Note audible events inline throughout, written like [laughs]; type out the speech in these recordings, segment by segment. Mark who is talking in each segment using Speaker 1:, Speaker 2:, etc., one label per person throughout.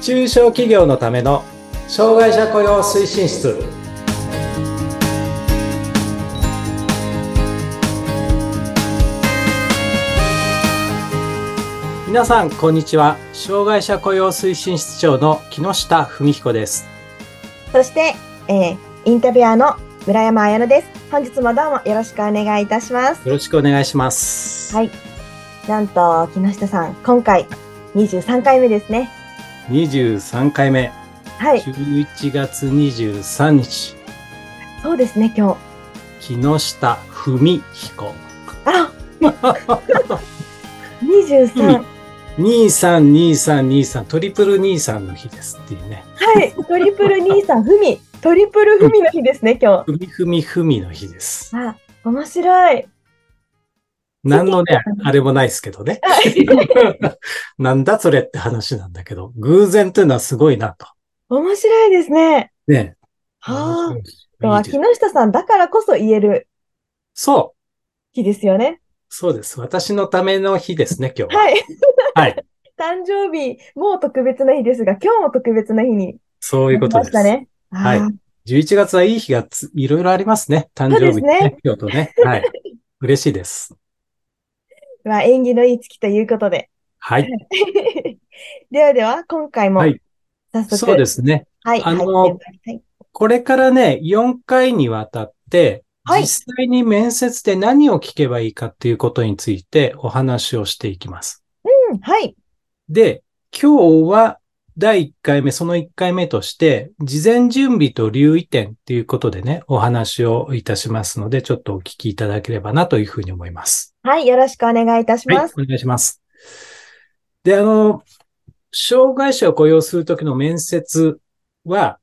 Speaker 1: 中小企業のための障害者雇用推進室皆さんこんにちは障害者雇用推進室長の木下文彦です
Speaker 2: そして、えーインタビュアーの村山彩乃です。本日もどうもよろしくお願いいたします。
Speaker 1: よろしくお願いします、
Speaker 2: はいなんと、木下さん、今回23回目ですね。
Speaker 1: 23回目
Speaker 2: はい、
Speaker 1: 11月23日
Speaker 2: そうですね、今日。
Speaker 1: 木下文彦 [laughs]
Speaker 2: あ !23!
Speaker 1: 232323トリプル23の日ですっていうね
Speaker 2: はい、トリプル兄さん、ふみ。トリプルふみの日ですね、今
Speaker 1: ふみふみふみの日です
Speaker 2: 日。あ、面白い。
Speaker 1: 何のねあれもないですけどね [laughs] なんだそれって話なんだけど偶然というのはすごいなと
Speaker 2: 面白いですね。
Speaker 1: ね
Speaker 2: は
Speaker 1: 面
Speaker 2: あ。
Speaker 1: 白い
Speaker 2: 木下さんだからこそ言える
Speaker 1: そう
Speaker 2: 日ですよね。
Speaker 1: そうです私のための日ですね今
Speaker 2: [laughs]
Speaker 1: 日は
Speaker 2: はい。
Speaker 1: はい
Speaker 2: 誕生日、もう特別な日ですが、今日も特別な日に
Speaker 1: そう
Speaker 2: な
Speaker 1: いう
Speaker 2: り
Speaker 1: こと
Speaker 2: ま
Speaker 1: で
Speaker 2: し
Speaker 1: す
Speaker 2: たね。
Speaker 1: はい
Speaker 2: あー
Speaker 1: 11月はいい日がついろいろありますね誕生日
Speaker 2: そうです
Speaker 1: ね今日とねはい嬉しいです
Speaker 2: まあ、縁起のいい月ということで。 [laughs]
Speaker 1: はい
Speaker 2: ではでは、今回も
Speaker 1: はい、
Speaker 2: 早速、
Speaker 1: そうですね
Speaker 2: はい、
Speaker 1: あの
Speaker 2: 入ってまいりたい
Speaker 1: これからね、4回にわたって、
Speaker 2: はい
Speaker 1: 実際に面接で何を聞けばいいかっていうことについてお話をしていきます。
Speaker 2: うんはい、
Speaker 1: で、今日は第1回目、その1回目として、事前準備と留意点っていうことでね、お話をいたしますので、ちょっとお聞きいただければなというふうに思います。
Speaker 2: はい、よろしくお願いいたし
Speaker 1: は
Speaker 2: ま
Speaker 1: い
Speaker 2: す。、
Speaker 1: お願いします。で、あの、障害者を雇用するときの面接は、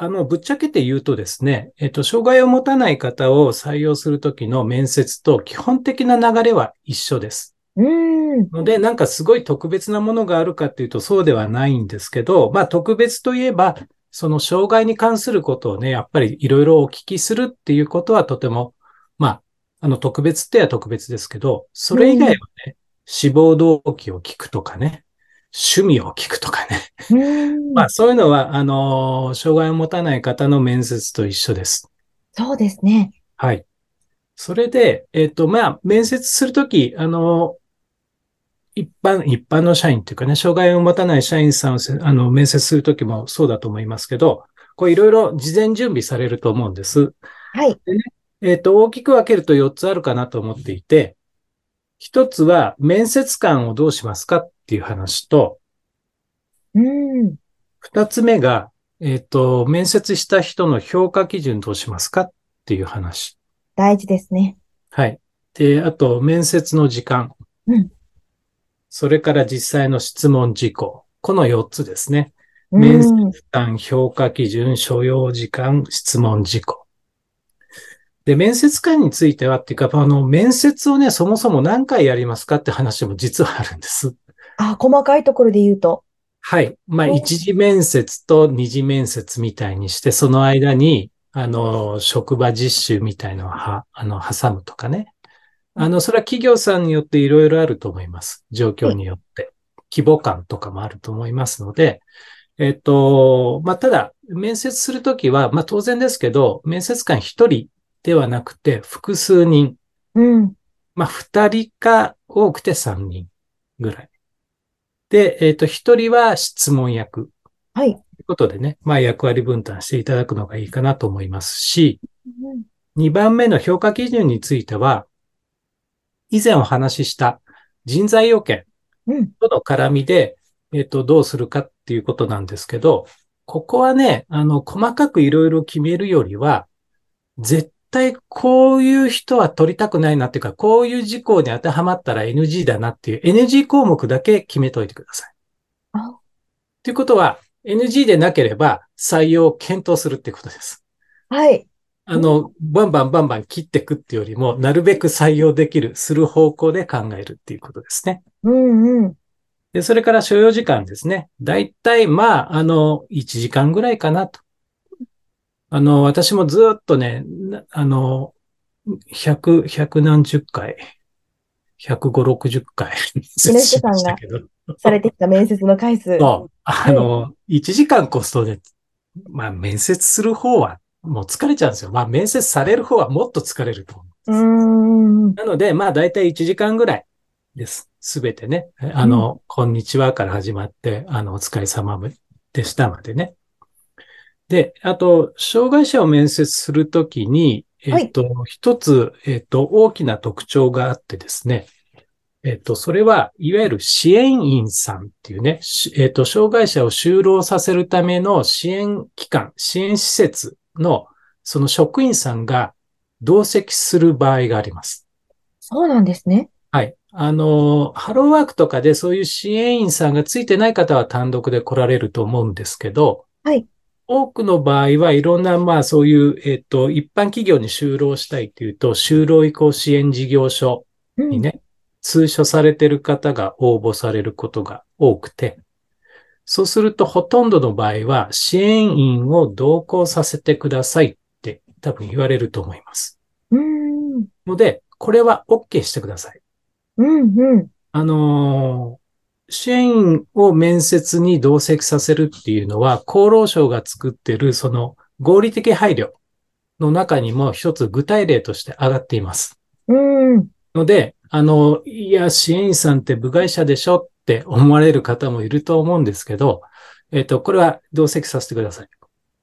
Speaker 1: あの、ぶっちゃけて言うとですね、えっと、障害を持たない方を採用するときの面接と基本的な流れは一緒です。
Speaker 2: うーん、
Speaker 1: ので、なんかすごい特別なものがあるかっていうとそうではないんですけど、まあ特別といえば、その障害に関することをね、やっぱりいろいろお聞きするっていうことはとても、まあ、あの特別っては特別ですけど、それ以外はね、志望動機を聞くとかね、趣味を聞くとかね。
Speaker 2: うーん
Speaker 1: まあそういうのは、あのー障害を持たない方の面接と一緒です。
Speaker 2: そうですね。
Speaker 1: はい。それで、えっ、と、まあ、面接するとき、あの、一般、一般の社員っていうかね、障害を持たない社員さんをせ、あの、面接するときもそうだと思いますけど、こういろいろ事前準備されると思うんです。
Speaker 2: はい、
Speaker 1: えっ、と、大きく分けると4つあるかなと思っていて、一つは、面接官をどうしますかっていう話と、
Speaker 2: うーん、
Speaker 1: 二つ目が、えっ、と、面接した人の評価基準どうしますかっていう話。
Speaker 2: 大事ですね。
Speaker 1: はい。で、あと、面接の時間。
Speaker 2: うん
Speaker 1: それから実際の質問事項。この4つですね。
Speaker 2: う
Speaker 1: 面接
Speaker 2: ーん、
Speaker 1: 負担、評価基準、所要時間、質問事項。で、面接官についてはっていうか、あの、面接をね、そもそも何回やりますかって話も実はあるんです。
Speaker 2: あ、細かいところで言うと。
Speaker 1: はい。まあ、
Speaker 2: お
Speaker 1: 一次面接と二次面接みたいにして、その間に、あの、職場実習みたいのをは、あの、挟むとかね。あの、それは企業さんによっていろいろあると思います。状況によって。規模感とかもあると思いますので、えっと、まあ、ただ、面接するときは、まあ、当然ですけど、面接官一人ではなくて、複数人、
Speaker 2: うん、
Speaker 1: まあ、二人か多くて三人ぐらい。で、えっ、と、一人は質問役。
Speaker 2: はい
Speaker 1: ということでね、まあ、役割分担していただくのがいいかなと思いますし、
Speaker 2: うん
Speaker 1: 二番目の評価基準については、以前お話しした人材要件
Speaker 2: うん、
Speaker 1: との絡みで、えっ、と、どうするかっていうことなんですけど、ここはね、あの、細かくいろいろ決めるよりは、絶対こういう人は取りたくないなっていうか、こういう事項に当てはまったら NG だなっていう NG 項目だけ決めといてください。
Speaker 2: あ
Speaker 1: ということは、NG でなければ採用を検討するってことです。
Speaker 2: はい、
Speaker 1: あの、バンバンバンバン切っていくっていうよりも、なるべく採用できる、する方向で考えるっていうことですね。
Speaker 2: うん、うん、
Speaker 1: で、それから所要時間ですね。だいたい、まあ、あの、1時間ぐらいかなと。あの、私もずっとね、なあの、100、100何十回、 150、60回
Speaker 2: UNESCO
Speaker 1: 接 [laughs] しましたけど。
Speaker 2: されてきた面接の回数。
Speaker 1: そう。あの、1時間コストで、まあ面接する方はもう疲れちゃうんですよ。まあ面接される方はもっと疲れると思
Speaker 2: うーん。
Speaker 1: う。なので、まあ大体1時間ぐらいです。すべてね。あの、こんにちはから始まって、あの、お疲れ様でしたまでね。で、あと、障害者を面接するときに、えっと、一つ、えっと、大きな特徴があってですね。えっと、それは、いわゆる支援員さんっていうね、しえっと、障害者を就労させるための支援機関、支援施設の、その職員さんが同席する場合があります。
Speaker 2: そうなんですね。
Speaker 1: はい。あの、ハローワークとかでそういう支援員さんがついてない方は単独で来られると思うんですけど、
Speaker 2: はい。
Speaker 1: 多くの場合はいろんな、まあそういう、えっと、一般企業に就労したいっていうと、就労移行支援事業所
Speaker 2: うん
Speaker 1: にね、通所されてる方が応募されることが多くて、そうするとほとんどの場合は支援員を同行させてくださいって多分言われると思います。
Speaker 2: うーん。
Speaker 1: ので、これは OK してください。
Speaker 2: うん、うん。
Speaker 1: あのー支援員を面接に同席させるっていうのは、厚労省が作ってるその合理的配慮の中にも一つ具体例として上がっています。
Speaker 2: うん。
Speaker 1: ので、あの、いや、支援員さんって部外者でしょって思われる方もいると思うんですけど、えっと、これは同席させてください。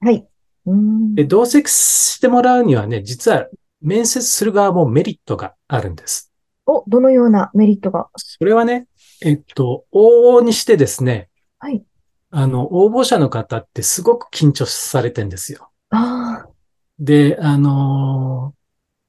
Speaker 2: はい。うーん。
Speaker 1: で、同席してもらうにはね、実は面接する側もメリットがあるんです。
Speaker 2: お、どのようなメリットが
Speaker 1: それはね、えっと、往々にしてですね、
Speaker 2: はい。
Speaker 1: あの、応募者の方ってすごく緊張されてんですよ。
Speaker 2: ああ。
Speaker 1: で、あのー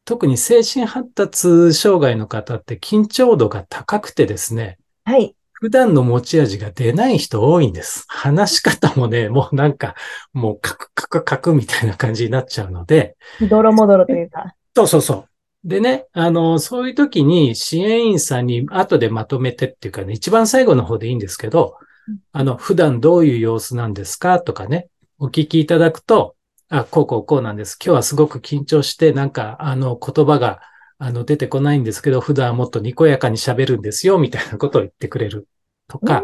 Speaker 1: 特に精神発達障害の方って緊張度が高くてですね、
Speaker 2: はい。
Speaker 1: 普段の持ち味が出ない人多いんです。話し方もね、もうなんか、もうカクカクカクみたいな感じになっちゃうので、
Speaker 2: どろもどろというか。
Speaker 1: そうそうそう。でね、あの、そういう時に支援員さんに後でまとめてっていうかね、一番最後の方でいいんですけど
Speaker 2: うん、
Speaker 1: あの、普段どういう様子なんですかとかね、お聞きいただくと、あ、こうこうこうなんです。今日はすごく緊張して、なんか、あの、言葉が、あの、出てこないんですけど、普段はもっとにこやかに喋るんですよ、みたいなことを言ってくれるとか、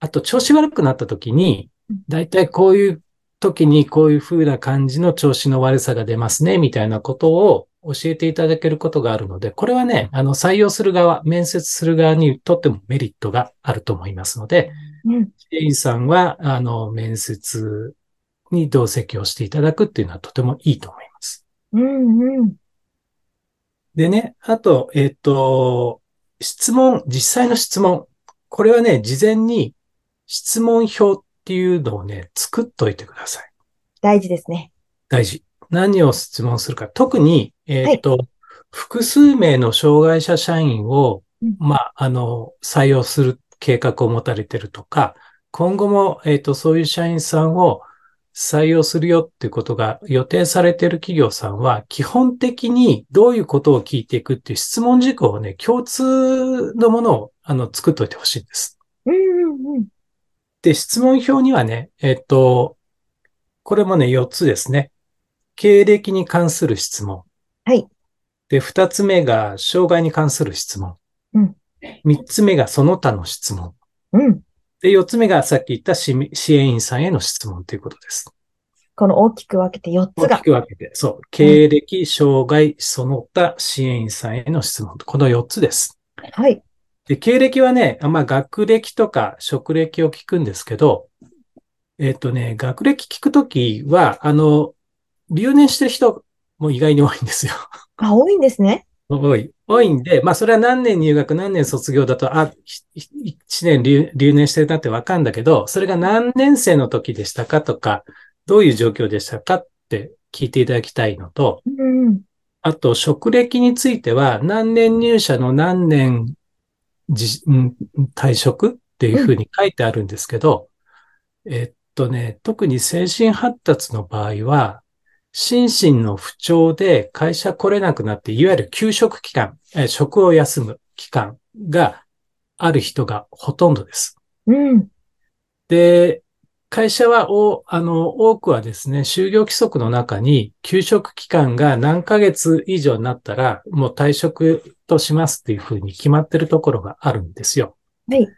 Speaker 1: あと、調子悪くなった時に
Speaker 2: うん、
Speaker 1: だいたいこういう時にこういう風な感じの調子の悪さが出ますね、みたいなことを教えていただけることがあるので、これはね、あの、採用する側、面接する側にとってもメリットがあると思いますので、
Speaker 2: うん。
Speaker 1: 支援員さんは、あの、面接に同席をしていただくっていうのはとてもいいと思います。
Speaker 2: うん、うん。
Speaker 1: でね、あと、えっと、質問、実際の質問。これはね、事前に質問票っていうのをね、作っといてください。
Speaker 2: 大事ですね。
Speaker 1: 大事。何を質問するか。特に、えっと、複数名の障害者社員を
Speaker 2: うん、
Speaker 1: まあ、あの、採用する計画を持たれてるとか、今後も、えっと、そういう社員さんを採用するよっていうことが予定されてる企業さんは、基本的にどういうことを聞いていくっていう質問事項をね、共通のものを、あの、作っといてほしいんです。
Speaker 2: うん、うん、うん。
Speaker 1: で、質問票にはね、えっと、これもね、4つですね。経歴に関する質問。
Speaker 2: はい。
Speaker 1: で、2つ目が、障害に関する質問。
Speaker 2: うん。
Speaker 1: 3つ目が、その他の質問。
Speaker 2: うん。
Speaker 1: で、4つ目が、さっき言った支支援員さんへの質問ということです。
Speaker 2: この大きく分けて4つ
Speaker 1: 大
Speaker 2: が
Speaker 1: き。く分けて、そう。経歴、障害、その他、支援員さんへの質問。この4つです。
Speaker 2: はい。
Speaker 1: で、経歴はね、あまあ、学歴とか職歴を聞くんですけど、えっとね、学歴聞くときは、あの、留年してる人も意外に多いんですよ。 [laughs]
Speaker 2: あ、多いんですね。
Speaker 1: 多い。多いんで、まあ、それは何年入学、何年卒業だと、あ、1年留留年してるなってわかるんだけど、それが何年生の時でしたかとか、どういう状況でしたかって聞いていただきたいのと、
Speaker 2: うん。
Speaker 1: あと、職歴については、何年入社の何年じ、ん退職っていうふうに書いてあるんですけど、えっとね、特に精神発達の場合は、心身の不調で会社来れなくなって、いわゆる休職期間、えー職を休む期間がある人がほとんどです。
Speaker 2: うん。
Speaker 1: で、会社はお、あの、多くはですね、就業規則の中に、休職期間が何ヶ月以上になったら、もう退職としますっていうふうに決まってるところがあるんですよ。
Speaker 2: はい。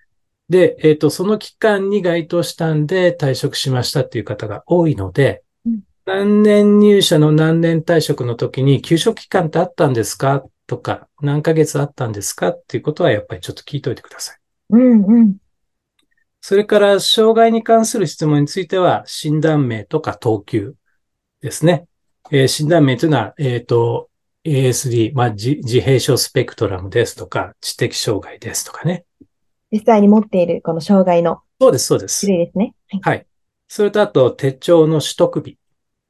Speaker 1: で、えっ、と、その期間に該当したんで退職しましたっていう方が多いので、
Speaker 2: うん
Speaker 1: 何年入社の何年退職の時に休職期間ってあったんですかとか、何ヶ月あったんですかっていうことはやっぱりちょっと聞いといてください。
Speaker 2: うんうん。
Speaker 1: それから、障害に関する質問については、診断名とか等級ですね。えー診断名というのは、えっ、と、ASD、まあ、自自閉症スペクトラムですとか、知的障害ですとかね。
Speaker 2: 実際に持っているこの障害の
Speaker 1: そうです、そうです
Speaker 2: 種。類ですね。はい。
Speaker 1: はい。それとあと、手帳の取得日。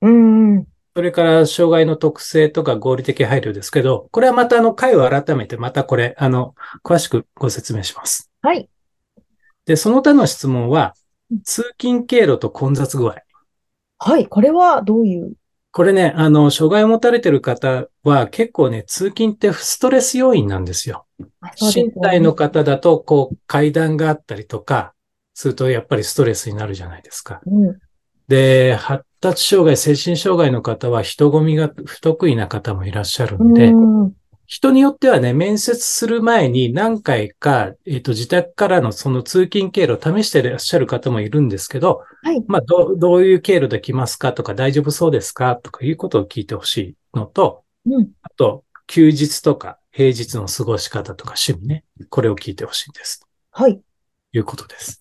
Speaker 2: うんうん。
Speaker 1: それから、障害の特性とか合理的配慮ですけど、これはまた、あの、回を改めて、またこれ、あの、詳しくご説明します。
Speaker 2: はい。
Speaker 1: で、その他の質問は
Speaker 2: う、
Speaker 1: 通勤経路と混雑具合。
Speaker 2: はい。これはどういう
Speaker 1: これね、あの、障害を持たれてる方は結構ね、通勤ってストレス要因なんですよ。
Speaker 2: あそうですよね
Speaker 1: 身体の方だと、こう、階段があったりとか、するとやっぱりストレスになるじゃないですか。
Speaker 2: うん。
Speaker 1: で、発達障害、精神障害の方は人混みが不得意な方もいらっしゃる
Speaker 2: うん
Speaker 1: で、
Speaker 2: ん。
Speaker 1: 人によってはね、面接する前に何回か、えっ、と、自宅からのその通勤経路を試していらっしゃる方もいるんですけど、
Speaker 2: はい。
Speaker 1: まあ、どう、どういう経路で来ますかとか、大丈夫そうですかとかいうことを聞いてほしいのと、
Speaker 2: うん。
Speaker 1: あと、休日とか平日の過ごし方とか趣味ね、これを聞いてほしいんです。
Speaker 2: はい。
Speaker 1: ということです。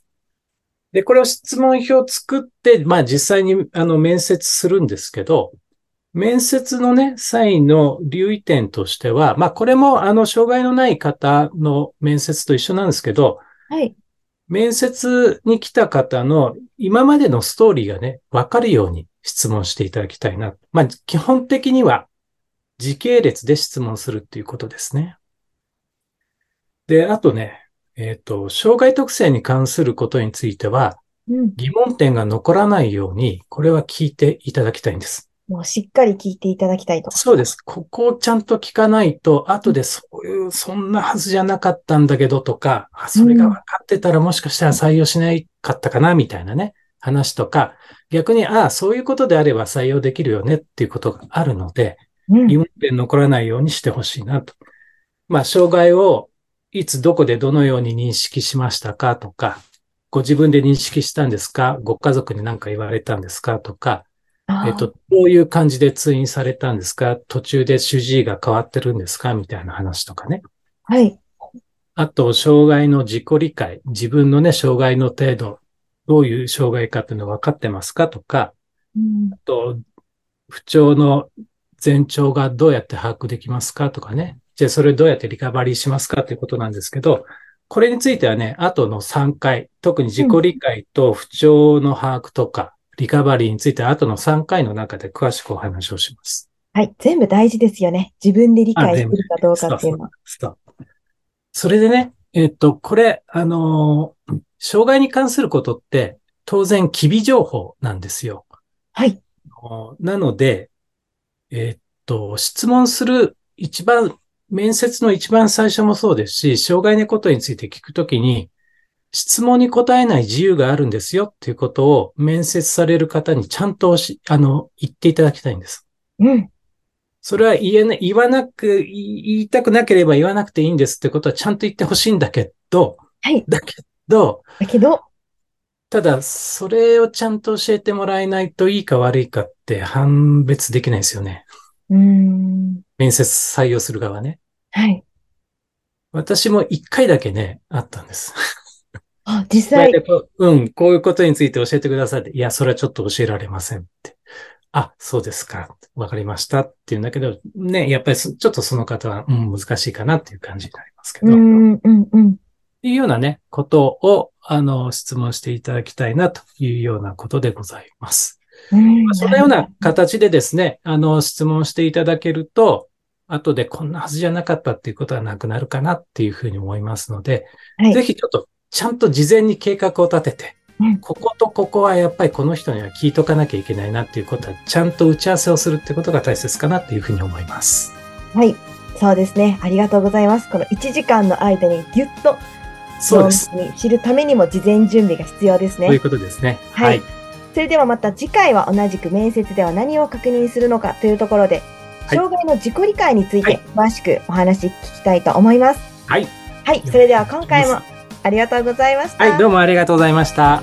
Speaker 1: で、これを質問票作って、まあ実際にあの面接するんですけど、面接のね、際の留意点としては、まあこれもあの障害のない方の面接と一緒なんですけど、
Speaker 2: はい。
Speaker 1: 面接に来た方の今までのストーリーがね、わかるように質問していただきたいな。まあ、基本的には時系列で質問するっていうことですね。で、あとね、えっ、と、障害特性に関することについては
Speaker 2: うん。
Speaker 1: 疑問点が残らないように、これは聞いていただきたいんです。
Speaker 2: もうしっかり聞いていただきたいと。
Speaker 1: そうです。ここをちゃんと聞かないと、後でそういう、そんなはずじゃなかったんだけどとか、あそれが分かってたらもしかしたら採用しないかったかな、みたいなね、話とか、逆に、ああ、そういうことであれば採用できるよねっていうことがあるので、
Speaker 2: う
Speaker 1: 疑
Speaker 2: ん。
Speaker 1: 問点残らないようにしてほしいなと。まあ、障害をいつどこでどのように認識しましたかとか、ご自分で認識したんですかご家族に何か言われたんですかとか、
Speaker 2: あー
Speaker 1: えっと、どういう感じで通院されたんですか途中で主治医が変わってるんですかみたいな話とかね。
Speaker 2: はい。
Speaker 1: あと、障害の自己理解。自分のね、障害の程度。どういう障害かっていうの分かってますかとか、
Speaker 2: うん
Speaker 1: あ。と、不調の前兆がどうやって把握できますかとかね。じゃあ、それどうやってリカバリーしますかということなんですけど、これについてはね、後の3回、特に自己理解と不調の把握とか、リカバリーについては後の3回の中で詳しくお話をします。
Speaker 2: はい。全部大事ですよね。自分で理解するかどうかっていうのは。
Speaker 1: そうそうそれでね、えっと、これ、あのー障害に関することって、当然、機微情報なんですよ。
Speaker 2: はい。
Speaker 1: おなので、えっと、質問する一番、面接の一番最初もそうですし、障害のことについて聞くときに、質問に答えない自由があるんですよっていうことを面接される方にちゃんとおし、あの、言っていただきたいんです。
Speaker 2: うん。
Speaker 1: それは言えな、言わなく、い言いたくなければ言わなくていいんですってことはちゃんと言ってほしいんだけど、
Speaker 2: はい。
Speaker 1: だけど、
Speaker 2: だけど、
Speaker 1: ただ、それをちゃんと教えてもらえないといいか悪いかって判別できないですよね。
Speaker 2: うーん。
Speaker 1: 面接採用する側ね。
Speaker 2: はい。
Speaker 1: 私も一回だけね、あったんです。
Speaker 2: あ、実
Speaker 1: 大
Speaker 2: 際。
Speaker 1: 体こううん、こういうことについて教えてくださいって。いや、それはちょっと教えられませんって。あ、そうですか。わかりましたって言うんだけど、ね、やっぱりそちょっとその方は、うん、難しいかなっていう感じになりますけ
Speaker 2: うー
Speaker 1: ど。
Speaker 2: ん、うん、うん。
Speaker 1: っていうようなね、ことを、あの、質問していただきたいなというようなことでございます。
Speaker 2: うん
Speaker 1: まあそのような形でですね、あの、質問していただけると、後でこんなはずじゃなかったっていうことはなくなるかなっていうふうに思いますので、
Speaker 2: はい
Speaker 1: ぜひちょっと、ちゃんと事前に計画を立てて、
Speaker 2: うん
Speaker 1: こことここはやっぱりこの人には聞いとかなきゃいけないなっていうことは、ちゃんと打ち合わせをするってことが大切かなっていうふうに思います。
Speaker 2: はい。そうですね。ありがとうございます。この1時間の間にぎゅっと、
Speaker 1: そうです。
Speaker 2: 濃密に知るためにも事前準備が必要です
Speaker 1: という
Speaker 2: ね。
Speaker 1: ことですね。
Speaker 2: はいそれではまた次回は同じく面接では何を確認するのかというところで、
Speaker 1: はい
Speaker 2: 障害の自己理解につい
Speaker 1: は
Speaker 2: て
Speaker 1: い
Speaker 2: 詳しくお話聞きたいと思います。
Speaker 1: はい。
Speaker 2: はい、それでは今回もありがとうございました。
Speaker 1: はい、どうもありがとうございました。